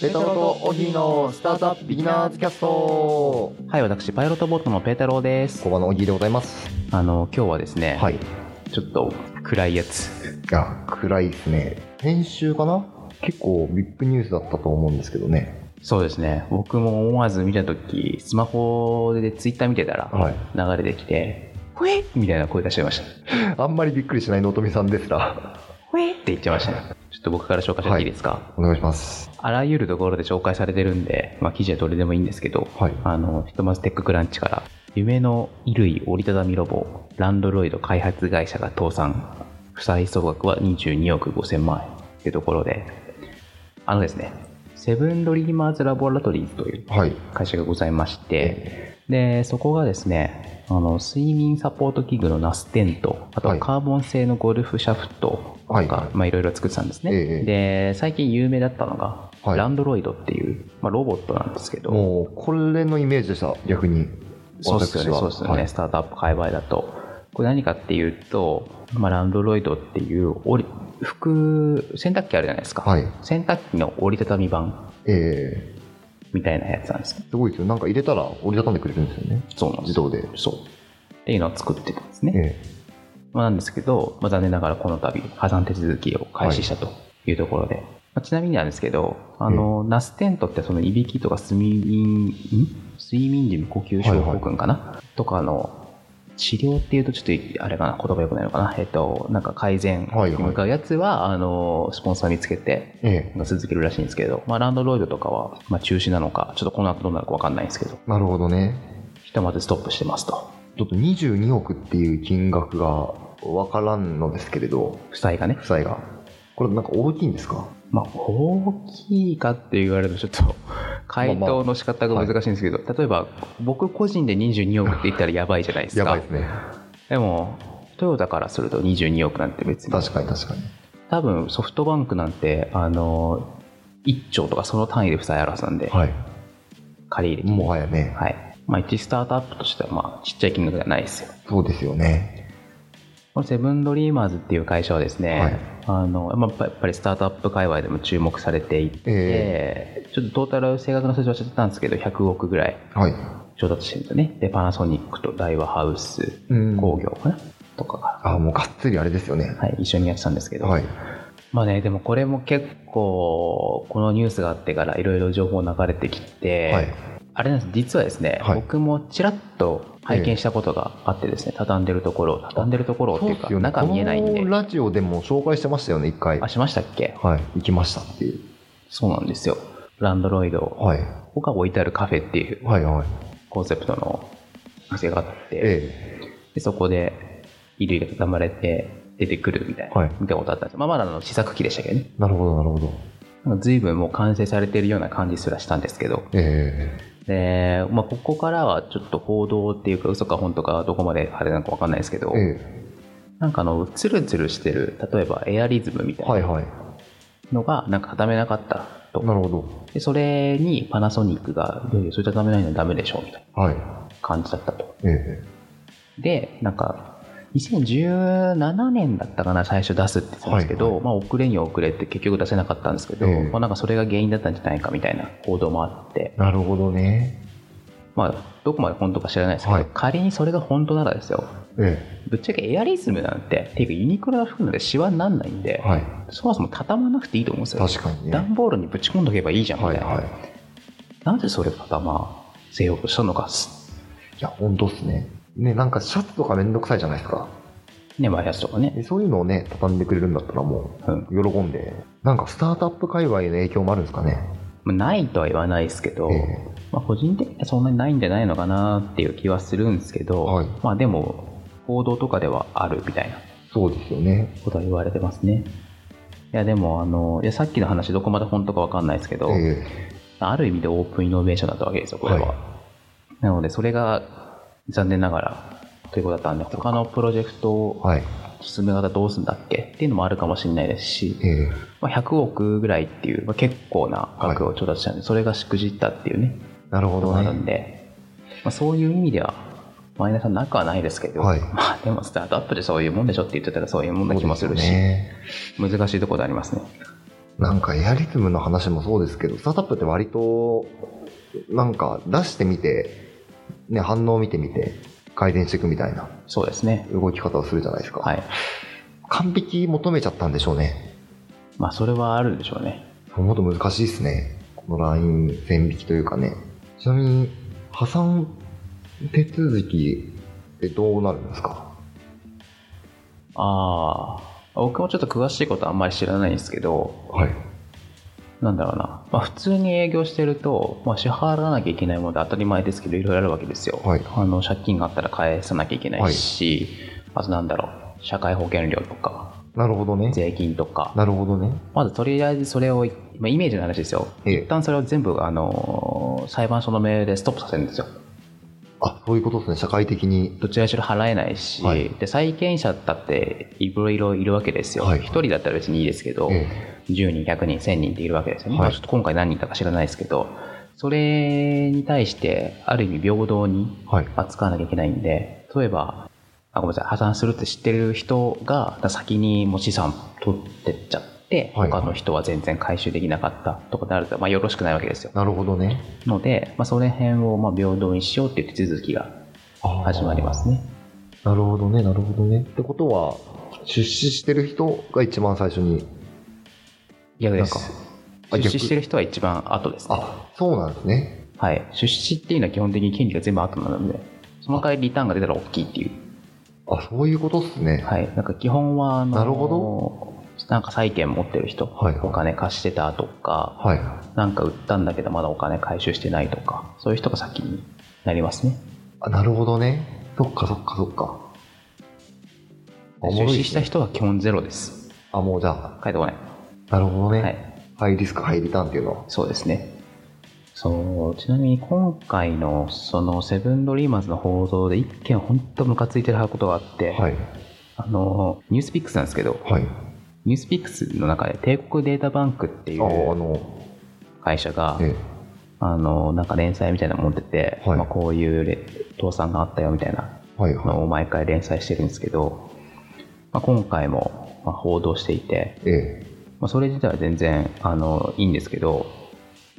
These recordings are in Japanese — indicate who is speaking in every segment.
Speaker 1: ペタロとオギーのスタートアップビギナーズキャスト
Speaker 2: はい、私、パイロットボットのペータローです
Speaker 1: 小。場のオギーでございます
Speaker 2: あの、今日はですね、
Speaker 1: はい
Speaker 2: ちょっと暗いやつ。
Speaker 1: あ暗いですね先週かな結構ビッグニュースだったと思うんですけどね
Speaker 2: そうですね、僕も思わず見たとき、スマホでツイッター見てたら、
Speaker 1: い
Speaker 2: 流れてきて、ほえっみたいな声出しちゃいました。
Speaker 1: あんまりびっくりしないのとみさんですら
Speaker 2: ほえっって言ってましたね。ちょっと僕から紹介していいですか、
Speaker 1: お願いします
Speaker 2: あらゆるところで紹介されてるんで、まあ、記事はどれでもいいんですけど、
Speaker 1: はい
Speaker 2: あの、ひとまずテッククランチから、夢の衣類折りたたみロボ、ランドロイド開発会社が倒産、負債総額は22億5000万円ってところで、あのですね、セブンドリーマーズラボラトリーズという
Speaker 1: はい
Speaker 2: 会社がございまして、で、そこがですね、あの、睡眠サポート器具のナステンと、あ
Speaker 1: は
Speaker 2: と
Speaker 1: い
Speaker 2: カーボン製のゴルフシャフトとか、
Speaker 1: はい
Speaker 2: まあいろいろ作ってたんですね。
Speaker 1: ええ
Speaker 2: で、最近有名だったのが、
Speaker 1: はい
Speaker 2: ランドロイドっていう、まあ、ロボットなんですけど、
Speaker 1: もうこれのイメージでした逆に
Speaker 2: そうですよね、
Speaker 1: 私は
Speaker 2: そうですよね、
Speaker 1: はい
Speaker 2: スタートアップ界隈だと。これ何かっていうと、まあ、ランドロイドっていう折り、服、洗濯機あるじゃないですか。
Speaker 1: はい
Speaker 2: 洗濯機の折りたたみ版
Speaker 1: え
Speaker 2: みたいなやつなんですね
Speaker 1: ー、すごいですよなんか入れたら折りたたんでくれるんですよね
Speaker 2: そうなんです
Speaker 1: 自動で
Speaker 2: そう。っていうのを作ってたんですね。
Speaker 1: え
Speaker 2: まあ、なんですけど、まあ、残念ながらこの度破産手続きを開始したというところで、まあちなみになんですけどあの、ナステントってそのいびきとか睡眠ん睡眠時無呼吸症候群かな、とかの治療っていうとちょっとあれかな言葉よくないのかなえっとなんか改善
Speaker 1: はい
Speaker 2: に
Speaker 1: はい
Speaker 2: 向かうやつは、あのスポンサー見つけて
Speaker 1: ええ
Speaker 2: 続けるらしいんですけど、まあ、ランドロイドとかは、まあ、中止なのかちょっとこの後どうなるか分かんないんですけど
Speaker 1: えなるほどね
Speaker 2: ひとまずストップしてますと
Speaker 1: ちょっと22億っていう金額が分からんのですけれど
Speaker 2: 負債がね
Speaker 1: 負債がこれなんか大きいんですか
Speaker 2: まあ、大きいかって言われるとちょっと回答の仕方が難しいんですけど、例えば僕個人で22億って言ったらやばいじゃないですか
Speaker 1: すね
Speaker 2: でもトヨタからすると22億なんて別に
Speaker 1: 確かに確かに
Speaker 2: 多分ソフトバンクなんてあの1兆とかその単位で負債あるはずなんで、
Speaker 1: はい
Speaker 2: 借り入れて
Speaker 1: もはやね
Speaker 2: はいまあ一スタートアップとしてはまあちっちゃい金額ではないですよ
Speaker 1: そうですよね
Speaker 2: このセブンドリーマーズっていう会社はですね、
Speaker 1: はい
Speaker 2: あのまあ、やっぱやっぱりスタートアップ界隈でも注目されていて、ちょっとトータル正確な数字は忘れてたんですけど100億ぐらい
Speaker 1: はい
Speaker 2: 調達してるんですよねでパナソニックと大和ハウス
Speaker 1: うん
Speaker 2: 工業かな、とかが、
Speaker 1: あもうがっつりあれですよね
Speaker 2: はい、一緒にやってたんですけど、
Speaker 1: はい
Speaker 2: まあねでもこれも結構このニュースがあってからいろいろ情報流れてきて、
Speaker 1: はい
Speaker 2: あれなんです実はですね、
Speaker 1: はい
Speaker 2: 僕もちらっと拝見したことがあってですね、畳んでるところ畳んでるところっていうか
Speaker 1: ね
Speaker 2: 中見えないんで
Speaker 1: このラジオでも紹介してましたよね一回
Speaker 2: あ
Speaker 1: はい
Speaker 2: しましたっけ
Speaker 1: 行きましたっていう
Speaker 2: そうなんですよ。ランドロイド
Speaker 1: はい
Speaker 2: が置いてあるカフェっていう
Speaker 1: はいはい
Speaker 2: コンセプトの店があって、
Speaker 1: え
Speaker 2: でそこで衣類が畳まれて出てくるみたいな、
Speaker 1: はい
Speaker 2: 見たことあったんですよまあ、まだあの試作機でしたけどね
Speaker 1: え。なるほどなるほど
Speaker 2: なんか随分もう完成されてるような感じすらしたんですけど、
Speaker 1: え
Speaker 2: でまあ、ここからはちょっと報道っていうか嘘か本とかどこまであれなのかわかんないですけど、
Speaker 1: ええ
Speaker 2: なんかあのツルツルしてる例えばエアリズムみ
Speaker 1: え
Speaker 2: た
Speaker 1: はいい
Speaker 2: な
Speaker 1: はい
Speaker 2: のがなんか畳めなかったと、
Speaker 1: なるほど
Speaker 2: でそれにパナソニックが「いやいやそれ畳めないのはダメでしょ」みたいな
Speaker 1: はい
Speaker 2: 感じだったと。
Speaker 1: ええ
Speaker 2: で、なんか、2017年だったかな、最初出すって言ってたんですけど、
Speaker 1: はい
Speaker 2: まあ、遅れに遅れて結局出せなかったんですけど、
Speaker 1: ええ
Speaker 2: まあ、なんかそれが原因だったんじゃないかみたいな報道もあって、
Speaker 1: なるほどね
Speaker 2: まあ、どこまで本当か知らないですけど、
Speaker 1: はい
Speaker 2: 仮にそれが本当ならですよ、
Speaker 1: え
Speaker 2: ぶっちゃけエアリズムなんて、ていうかユニクロの服なんてシワにならないん
Speaker 1: え
Speaker 2: で、
Speaker 1: はい
Speaker 2: そもそも畳まなくていいと思うんですよ。
Speaker 1: 確かにね
Speaker 2: 段ボールにぶち込んどけばいいじゃんみた
Speaker 1: はいい
Speaker 2: な。
Speaker 1: はい
Speaker 2: なぜそれ畳ませようとしたのか、
Speaker 1: いや、本当っすね。ね、なんかシャツとかめんどくさいじゃないですか。
Speaker 2: ね、バイアスとかね。
Speaker 1: でそういうのをね、畳んでくれるんだったらも
Speaker 2: うん
Speaker 1: う、喜んで。なんかスタートアップ界隈への影響もあるんですかね。
Speaker 2: まあないとは言わないですけど、
Speaker 1: え
Speaker 2: まあ、個人的にはそんなにないんじゃないのかなっていう気はするんですけど、
Speaker 1: はい
Speaker 2: まあでも報道とかではあるみたいな
Speaker 1: そうですよね。
Speaker 2: ことは言われてますねいやでもあのいやさっきの話どこまで本当かわかんないですけど、
Speaker 1: え
Speaker 2: ある意味でオープンイノベーションだったわけですよこれは、なのでそれが残念ながらということだったんで他のプロジェク
Speaker 1: え
Speaker 2: トを
Speaker 1: はい。
Speaker 2: 進め方どうするんだっけっていうのもあるかもしれないですし、
Speaker 1: ええ
Speaker 2: まあ、100億ぐらいっていう、まあ、結構な額を調達したんで、それがしくじったっていうね
Speaker 1: なるほ
Speaker 2: こと
Speaker 1: ど
Speaker 2: なるん
Speaker 1: ね。
Speaker 2: で、まあ、そういう意味ではマイナスはなくはないですけど、
Speaker 1: はい
Speaker 2: まあでもスタートアップでそういうもんでしょって言ってたらそういうもんな気もするし、
Speaker 1: そうですよね
Speaker 2: 難しいところでありますね
Speaker 1: なんかエアリズムの話もそうですけど、スタートアップって割と、なんか出してみて、ね、反応を見てみて、改善していくみたいな
Speaker 2: そうですね。
Speaker 1: 動き方をするじゃないですか。
Speaker 2: はい。
Speaker 1: 完璧求めちゃったんでしょうね。
Speaker 2: まあ、それはあるでしょうね。
Speaker 1: そう思うと難しいですね。このライン線引きというかね。ちなみに、破産手続きってどうなるんですか
Speaker 2: ああ、僕もちょっと詳しいことあんまり知らないんですけど、
Speaker 1: はい。
Speaker 2: なんだろうな。まあ、普通に営業してると、まあ、支払わなきゃいけないもので当たり前ですけど、いろいろあるわけですよ。
Speaker 1: はい
Speaker 2: あの、借金があったら返さなきゃいけないし、あとなんだろう、社会保険料とか、
Speaker 1: なるほどね。
Speaker 2: 税金とか、
Speaker 1: なるほどね。
Speaker 2: まずとりあえずそれを、まあ、イメージの話ですよ。
Speaker 1: え
Speaker 2: 一
Speaker 1: え。
Speaker 2: 旦それを全部、あのー裁判所の命令でストップさせるんですよ。
Speaker 1: あ、そういうことですね。社会的に。
Speaker 2: どちらにしろ払えないし、
Speaker 1: はい
Speaker 2: で債権者だっていろいろいるわけですよ、
Speaker 1: はい
Speaker 2: 1人だったら別にいいですけど、
Speaker 1: え
Speaker 2: 10人、100人、1000人っているわけですよね、
Speaker 1: はい
Speaker 2: まあちょっと今回何人いたか知らないですけど、それに対して、ある意味平等に
Speaker 1: え。はい。
Speaker 2: 扱わなきゃいけないんで、例えば、あごめんなさい、破産するって知ってる人が、先にもう資産取ってっちゃって、
Speaker 1: はい
Speaker 2: 他の人は全然回収できなかったとかになると、まあ、よろしくないわけですよ。
Speaker 1: なるほどね。
Speaker 2: ので、まあ、その辺をまあ平等にしようっていう手続きが始まりますね。
Speaker 1: なるほどね、なるほどね。ってことは、出資してる人が一番最初に。
Speaker 2: 逆です
Speaker 1: なんかあ
Speaker 2: 出
Speaker 1: 逆
Speaker 2: 資してる人は一番後ですね、
Speaker 1: あ、そうなんですね。
Speaker 2: はい、出資っていうのは基本的に権利が全部後なのでその代わりリターンが出たら大きいっていう、
Speaker 1: あ、そういうことっすね。
Speaker 2: はい、なんか基本はあの
Speaker 1: なる
Speaker 2: なんか債権持ってる人、
Speaker 1: はいはい
Speaker 2: お金貸してたとか
Speaker 1: はい。
Speaker 2: なんか売ったんだけどまだお金回収してないとかそういう人が先になりますね
Speaker 1: あ、なるほどね。そっかそっかそっか。あおも
Speaker 2: 出
Speaker 1: ろいっすね
Speaker 2: 資した人は基本ゼロです
Speaker 1: あ、もうじゃあ、
Speaker 2: 書いてこない、
Speaker 1: なるほどね。
Speaker 2: は
Speaker 1: はいい、、ハイリスク、ハイリターンっていうのは。
Speaker 2: そうですね。そう、ちなみに今回のそのセブンドリーマーズの報道で一件本当ムカついてることがあって、
Speaker 1: はい。
Speaker 2: あの、ニュースピックスなんですけど、
Speaker 1: はい。
Speaker 2: ニュースピックスの中で帝国データバンクってい
Speaker 1: あ、あ
Speaker 2: う
Speaker 1: の、
Speaker 2: 会社が、
Speaker 1: え
Speaker 2: あの、なんか連載みたいなの持ってて、
Speaker 1: はい
Speaker 2: まあ、こういうれ倒産があったよみたいな
Speaker 1: え。はい
Speaker 2: の
Speaker 1: は
Speaker 2: を毎回連載してるんですけど、まあ、今回もまあ報道していて、
Speaker 1: い。え
Speaker 2: まあ、それ自体は全然あのいいんですけど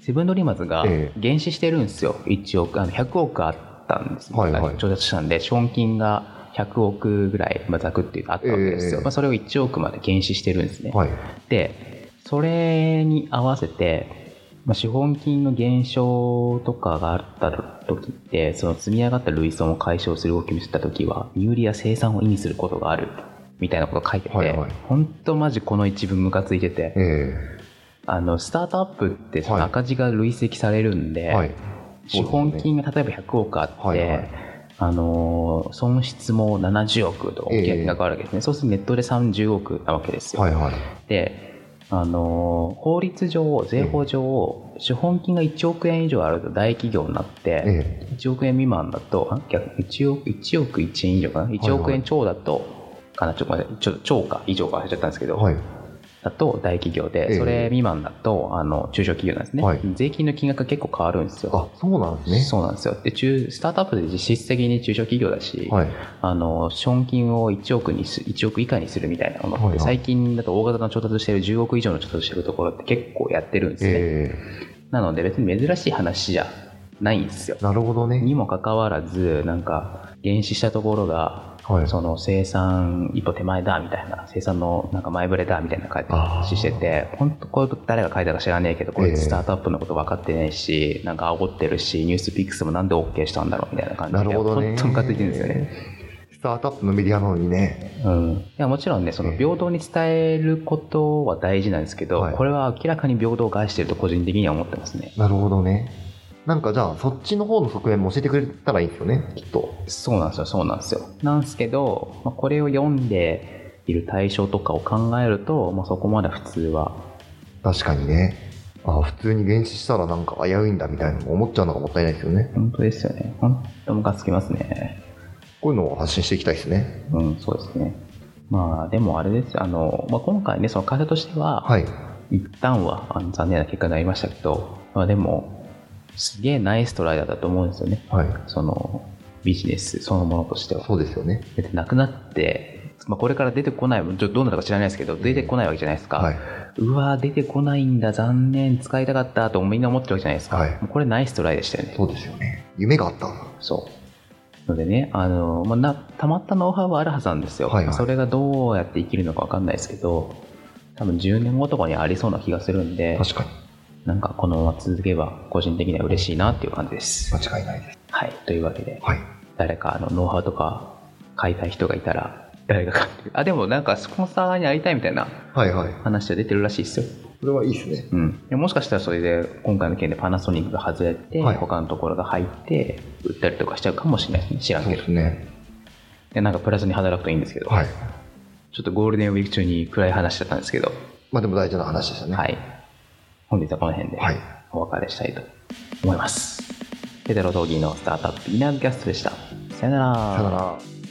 Speaker 2: セブンドリーマーズが
Speaker 1: ええ
Speaker 2: 減資してるんですよ、1億あの100億あったんです、
Speaker 1: はいはい
Speaker 2: 調達したんで資本金が100億ぐらい、まあ、ざくっていうあったわけですよ、
Speaker 1: ええ
Speaker 2: まあ、それを1億まで減資してるんですね、
Speaker 1: え。はい。
Speaker 2: でそれに合わせて、まあ、資本金の減少とかがあった時ってその積み上がった累損を解消する動きを見せた時は身売りや生産を意味することがあるみたいなことを書いてて、
Speaker 1: はいはい
Speaker 2: 本当マジこの一文ムカついてて、
Speaker 1: え
Speaker 2: あのスタートアップってその
Speaker 1: はい
Speaker 2: 赤字が累積されるんで、
Speaker 1: え。はい。
Speaker 2: 資本金が例えば100億あって、
Speaker 1: はいはい
Speaker 2: あのー損失も70億とか大きな金額があるわけですね、そうするとネットで30億なわけですよ、
Speaker 1: はいはい。
Speaker 2: で、あのー法律上税法上、資本金が1億円以上あると大企業になって、
Speaker 1: え
Speaker 2: 1億円未満だと、あ逆1億 ,1 億1円以上かな、1億円超だと、かなちょっとごめんなさいちょ超か、以上か忘れちゃったんですけ
Speaker 1: え。
Speaker 2: ど、
Speaker 1: はい。
Speaker 2: だと大企業
Speaker 1: え
Speaker 2: で、
Speaker 1: え
Speaker 2: それ未満だとあの中小企業なんですね、
Speaker 1: はい
Speaker 2: 税金の金額が結構変わるんですよ。
Speaker 1: あ、そうなんですね。
Speaker 2: そうなんですよで中スタートアップで実質的に中小企業だし、
Speaker 1: はい。
Speaker 2: あの資本金を1億にす1億以下にするみたいなものって、
Speaker 1: はいはい
Speaker 2: 最近だと大型の調達してる10億以上の調達してるところって結構やってるんですね、
Speaker 1: え
Speaker 2: なので別に珍しい話じゃないんですよ
Speaker 1: え。なるほどね。
Speaker 2: にもかかわらずなんか減資したところが
Speaker 1: はい。
Speaker 2: その生産一歩手前だみたいな生産のなんか前触れだみたいな書いて
Speaker 1: あー
Speaker 2: してて本当こういうこと誰が書いたか知らねえけどこ
Speaker 1: え
Speaker 2: れ
Speaker 1: え
Speaker 2: スタートアップのこと分かってないし、なんか煽ってるしニュースピックスもなんで OK したんだろうみたいな感じで
Speaker 1: なるほどね。
Speaker 2: 本当ムカついてるんですよね、。
Speaker 1: スタートアップのメディアなのにね。
Speaker 2: うん、いやもちろんねその
Speaker 1: ええ
Speaker 2: 平等に伝えることは大事なんですけど、
Speaker 1: はい
Speaker 2: これは明らかに平等を害してると個人的には思ってますね
Speaker 1: なるほどね。なんかじゃあ、そっちの方の側面も教えてくれたらいいんですよね、きっと。
Speaker 2: そうなんですよ、そうなんですよ。なんですけど、まあ、これを読んでいる対象とかを考えると、まあ、そこまで普通は、
Speaker 1: 確かにね。あ普通に原始したらなんか危ういんだみたいなの思っちゃうのがもったいないですよね。
Speaker 2: 本当ですよね。本当ムカつきますね。
Speaker 1: こういうのを発信していきたいですね。
Speaker 2: うん、そうですね。まあ、でもあれですよ、あの、まあ、今回ね、その会社としては、
Speaker 1: はい。
Speaker 2: 一旦はあの残念な結果になりましたけど、まあ、でも、すげえナイストライだったと思うんですよね。
Speaker 1: はい。
Speaker 2: その、ビジネスそのものとしては。
Speaker 1: そうですよね。
Speaker 2: だってなくなってまあ、これから出てこない、ちょっとどうなるか知らないですけど、出てこないわけじゃないですか。
Speaker 1: はいう
Speaker 2: わー出てこないんだ、残念、使いたかったとみんな思ってるわけじゃないですか。
Speaker 1: はい
Speaker 2: もうこれナイストライでしたよね。
Speaker 1: そうですよね夢があったは
Speaker 2: そう。のでね、あの、まあ、な、たまったノウハウはあるはずなんですよ。
Speaker 1: はいはい
Speaker 2: それがどうやって生きるのかわかんないですけど、多分10年後とかにありそうな気がするんで、
Speaker 1: 確かに
Speaker 2: なんかこのまま続けば個人的には嬉しいなっていう感じです。
Speaker 1: 間違いないです
Speaker 2: はい。というわけで、
Speaker 1: はい
Speaker 2: 誰かあのノウハウとか買いたい人がいたら、誰が買ってあ、でもなんかスポンサーに会いたいみたいな
Speaker 1: はいはい
Speaker 2: 話が出てるらしいですよ。
Speaker 1: それはいいですね
Speaker 2: うん、でもしかしたらそれで今回の件でパナソニックが外れて、
Speaker 1: はい
Speaker 2: 他のところが入って売ったりとかしちゃうかもしれないですね知らん
Speaker 1: そう
Speaker 2: け
Speaker 1: で
Speaker 2: ど
Speaker 1: すね
Speaker 2: でなんかプラスに働くといいんですけど、
Speaker 1: はい
Speaker 2: ちょっとゴールデンウィーク中に暗い話だったんですけど、
Speaker 1: まあでも大事な話でしたね
Speaker 2: はい、本日はこの辺で
Speaker 1: はい
Speaker 2: お別れしたいと思います、ペテロ・トーギーのスタートアップイナーズキャストでしたさよな
Speaker 1: さよなら